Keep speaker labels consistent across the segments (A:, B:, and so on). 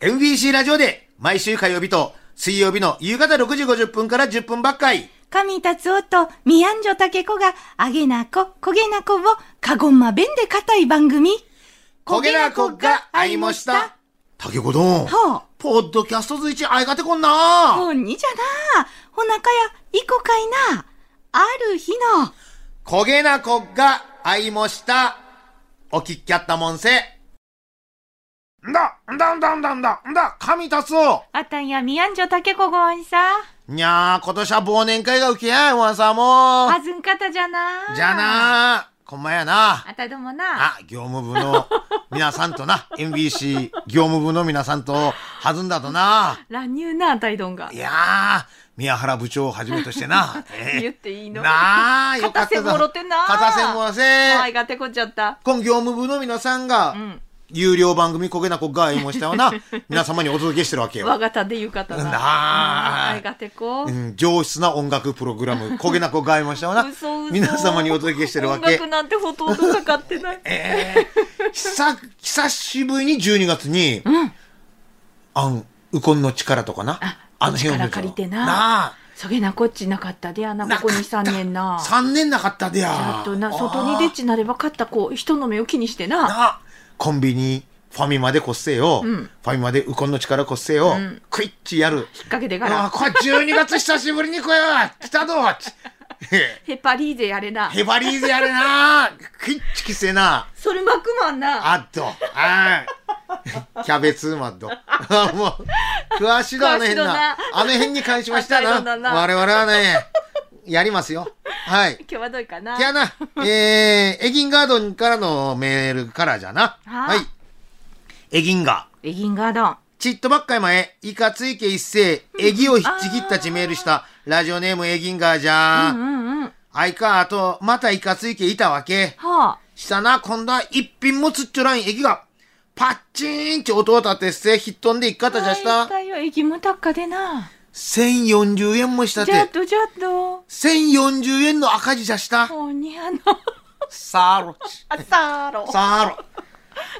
A: MBC ラジオで毎週火曜日と水曜日の夕方6時50分から10分ばっかり。
B: 神達夫とミアンジョタケコが、あげなこ、こげなこを、かごんま弁で固い番組。
A: 焦げなこが会いました。。竹子どん。
B: は
A: ポッドキャスト随一相方こん
B: あ、
A: な。
B: ほんにじゃな。ほなかや、いこかいな。ある日の、
A: 焦げなこが会いました。おきっきゃったもんせ。んだ、んだんだんだんだ、んだ、神達夫。
B: あたんやミアンジョタケコごんさ。
A: にゃー、今年は忘年会が受けやんわんさもう。
B: あずんかたじゃな。
A: じゃあ。なー、こんまやな。
B: あたどもな。
A: あ、業務部の皆さんとな、MBC 業務部の皆さんと弾んだとな。
B: 乱入な、あたいどんが
A: い。やー、宮原部長をはじめとしてな。えー
B: 言っていいの
A: なあ、よかったぞ。
B: 片瀬もろてな
A: 片瀬もろせ。
B: 前がてこっちゃった。
A: 今業務部の皆さんが、
B: うん。
A: 有料番組こげなこがいもしたよ な、皆様にお届けしてるわけ
B: 我
A: よ。
B: がたで浴衣な。
A: なあ
B: うん愛がてこ
A: う。ん、上質な音楽プログラム、こげなこがいもしたよな
B: 嘘、 嘘
A: 皆様にお届けしてるわけ。
B: 音楽。なんてほとんどかかってない
A: えー、 久、久しぶりに12月に、
B: うん。
A: あん、ウコンの力とかな。
B: あ
A: を見ると
B: お力借りてな
A: なあ。
B: そげなこっちなかったでやな、ここに3年な。ち
A: 3年なかったでや。
B: ょっとな、外に出っちなればかったこう、人の目を気にしてな。
A: なあコンビニ、ファミマでこっせよ。
B: うん
A: ファミマでウコンの力こっせよ。
B: うん
A: クイッチやる。
B: 引っ掛けてか
A: ああ、
B: ら。
A: これ12月久しぶりに来よ。来たど。 へ
B: ヘパリーゼやれな。
A: ヘバリーズやるな。クイッチきせえな。
B: それマクマンな。
A: あっと。ああ。キャベツマンと。あ もう、詳しいのあの辺
B: 詳しいの
A: な
B: な。
A: あの辺に関しました
B: あ
A: な。
B: そうだな
A: 我々はね、やりますよ。はい。
B: 今日はどうかな。
A: いやな、えー、エギンガードンからのメールからじゃな。
B: は
A: はい。エギンガー。
B: エギンガードン。
A: ちっとばっかい前、イカついけ一世、エギをひっちぎったちメールした、ラジオネームエギンガーじゃ。
B: うんんうんうん。
A: あいか、あと、またイカついけいたわけ。
B: はあ。
A: したな、今度は一品もつっちょらんエギが、パッチーンって音を立てっせ、ひっとんでいっかったじゃした。
B: たよ、エギも高でな。
A: 1040円もした、
B: じゃってとじゃっと。
A: 1040円の赤字じゃした。
B: ほんにゃの。
A: さあろち、
B: あさーろ。
A: さあろ。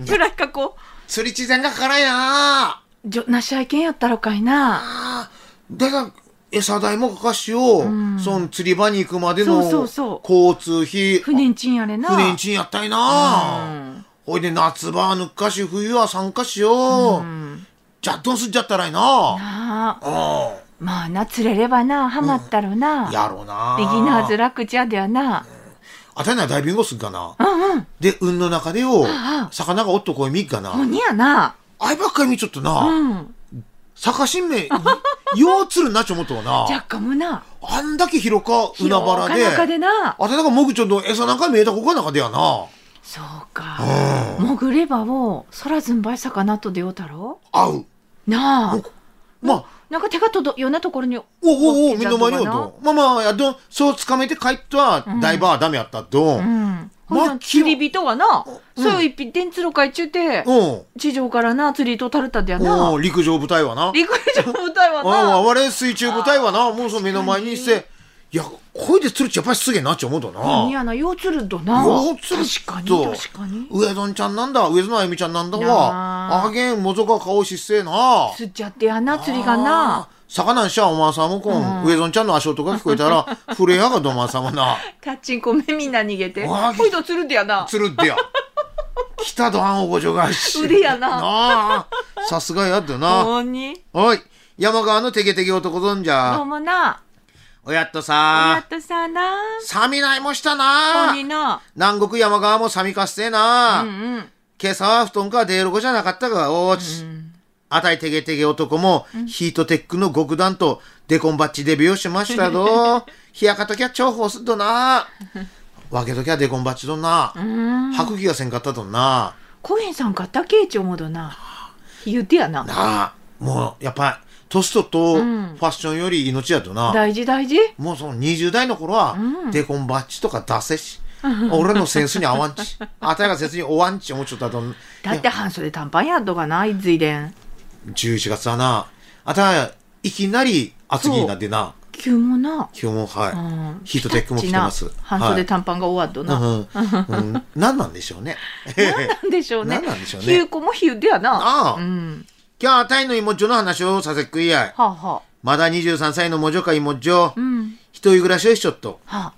B: ぐらいかこ
A: 釣り地前がからやな。
B: う。じょ、なしあいけんやったろかいな。
A: ああ、だから、餌代もかかしよう、
B: うん
A: その釣り場に行くまでの
B: そうそうそ
A: 交通費、
B: 船んちんやれな。
A: 不年賃やったいな、
B: うん
A: ほいで夏場はぬっかし、冬は参加しよう、
B: うん
A: じゃっとんすっちゃったらいな。
B: なあ
A: あ
B: まあな釣れればなハマったろ
A: あ、
B: な、
A: やろうな。
B: ビギナーズ楽ちゃではな
A: あたりなダイビングをすっかな。
B: うんうん
A: で、海の中でよ
B: ああ、
A: 魚がおっとこいみっかな。
B: 鬼やな
A: あいばっかり見ちょっと
B: う
A: な、
B: ん
A: 坂新名、よう釣るなちょ思っとうな。
B: 若干もな
A: あんだけ広か、海
B: 広
A: 原
B: かなかでな
A: あたなんかもぐちょんと餌なんか見えたこかなんかでやな。
B: そうか潜ればを空ずんばい魚と出ようたろ
A: 合う。
B: なあ
A: まあ、
B: なんか手が届くようなところに
A: おおお
B: お
A: お、みんな前におうと。まあまあ、やどん、そうつかめて帰ったら、ダイバーはダメやったど。
B: うんんほ
A: まあ
B: な釣り人はなそういう一匹電通路海中で
A: うん。
B: 地上からな釣り糸たるたでや
A: お
B: な
A: お陸上部隊はな。
B: 陸上部隊は
A: ああ、
B: な
A: 我々水中部隊はな、もうその目の前にして、いや、声で釣るっちゃやっぱりすげえなって思うと
B: 鬼
A: な。
B: やなよう釣るとな
A: よう釣ると
B: 確かに確かに
A: 上園ちゃんなんだ、上園あゆみちゃんなんだ
B: な
A: わ。
B: あ
A: あげん、もぞか顔しっせえな。
B: 釣っちゃってやな釣りがな
A: あー。魚んしゃおまさんもこん、
B: うん
A: 上園ちゃんの足音が聞こえた ら、触れやがどまさまな。
B: タッチンコめみんな逃げて
A: わあ
B: ほいと釣るでやな
A: つるってや。北と安をご除外し。
B: 腕やな
A: ああさすがやだな。
B: ほんに
A: おい、山川のテゲテゲ男ぞんじ
B: どう
A: ゃ。
B: もな
A: おやっと
B: や
A: さ
B: っ、とさな
A: さみないもした
B: ほん
A: な
B: に。な
A: 南国山川もさみかっせえ
B: うん
A: な。
B: うん
A: 今朝は布団から出る子じゃなかったが、おーち。あたいテゲテゲ男も、ヒートテックの極段とデコンバッチデビューしました ど。冷やかときゃ重宝すっとな。分けときゃデコンバッチどんな。
B: うん
A: 吐く気がせんかったどんな。
B: コエンさんかったけいちょもどな言うてやな
A: なあもうやっぱり年取っとフ
B: うん
A: ァッションより命やとな、
B: 大事大事
A: もうその20代の頃は
B: うん
A: デコンバッチとか出せし、俺のセンスに合わんちあたやがセンスにおわんち思っちょったと思う
B: だって半袖短パンやっとかないずいでん
A: 11月だなあたやいきなり厚着になってな
B: 急もな
A: 基本はい、
B: うん
A: ヒートテックも着てます
B: ピタッチな半袖
A: はい
B: 短パンが終わっと
A: う
B: なん
A: うん、 何なんでしょうね
B: なんなんでしょうね
A: なんなんでしょうね
B: ヒューコもヒューでやな
A: ああ
B: うん
A: 今日あたいの妹女の話をさせっくいやい。
B: はあ、は
A: まだ23歳のもじょか妹女、
B: あ、うん。
A: 一人暮らしをしちょっと。
B: は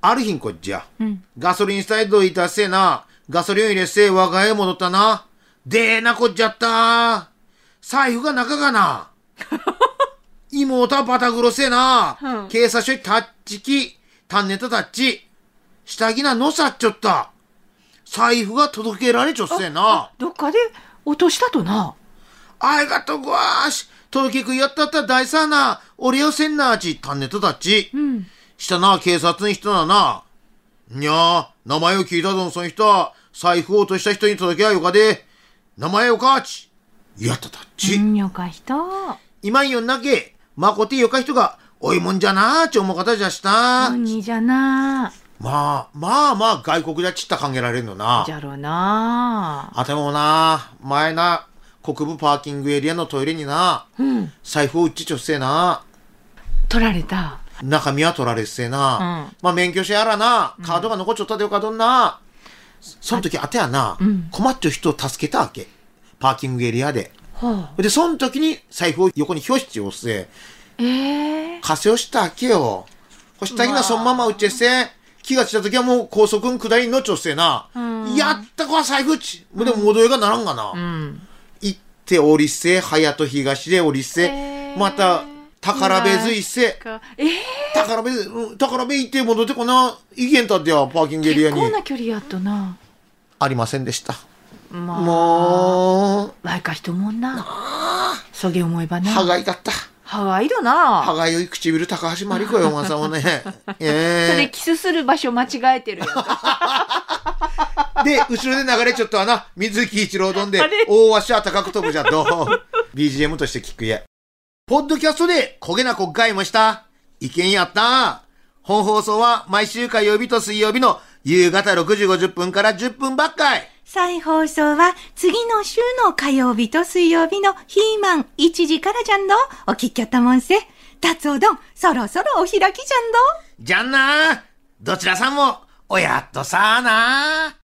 B: あ、
A: ある日んこっちゃ。
B: うん。
A: ガソリンスタイドいたっせえな。ガソリンを入れっせえ我が家へ戻ったな。でえなこっちゃった。財布が中が な。妹はバタグロせえな。
B: うん
A: 警察署にタッチき、タンネタタッチ。下着なのさっちょった。財布が届けられちょっせえな。
B: どっかで落としたとな。
A: あいがとうごわーし。届けくやったった大さな。俺よせんなあち、タンネタタッチ。
B: うん。
A: したな、警察に人だな。にゃー、名前を聞いたぞ、その人は。財布を落とした人に届けはよかで。名前をかち。やったたっち。
B: うん、よか人。
A: 今言うんなけ、まこてよか人が、おいもんじゃなーち思う方じゃした。
B: 本にじゃな。
A: まあ、まあまあ、外国じゃちった考えられんのな
B: じ。ゃろな。
A: あてもな、前な、国部パーキングエリアのトイレにな、
B: うん。
A: 財布をうっちちょっせえな。
B: 取られた。
A: 中身は取られっせえな。
B: うん
A: まあ免許証やらな、カードが残っちょったでよかどんな。その時あてやな、
B: うん
A: 困っちょ人を助けたわけ。パーキングエリアで。
B: はあ。
A: で、その時に財布を横に表紙を押せ、
B: ええ
A: 稼をしたわけよ。そしたき
B: うわ
A: な、そのまま打ちせ、気が散った時はもう高速ん下りに乗っちょっせな。
B: うん
A: やったこは財布っち。でも戻りがならんがな。
B: うん。
A: 行って降りせ、早と東で降りせ、
B: へー
A: また宝部ずいせ、
B: かええ
A: 宝部、うん宝部行って戻ってこな、意見たってや、パーキングエリア
B: 結
A: に
B: 構。な距離やっとな。
A: ありませんでした。
B: まあ。
A: も
B: わいか人もんな。そげ思えば
A: う、
B: な。
A: 歯がいかった。
B: ハワイだな。
A: 歯がゆい唇、高橋真理子よ、お前さんはね。
B: それ
A: ええ
B: キスする場所間違えてるやんか。
A: で、後ろで流れちょっとはな、水木一郎丼で
B: あれ、
A: 大足は高く飛ぶじゃ、 どう BGM として聞くや。ポッドキャストで焦げな国会もした。意見やった。本放送は毎週火曜日と水曜日の夕方6時50分から10分ばっかい。
B: 再放送は次の週の火曜日と水曜日のヒーマン1時からじゃんど。お聞きやったもんせ。達おどん、そろそろお開きじゃんど。
A: じゃんなどちらさんも、おやっとさあな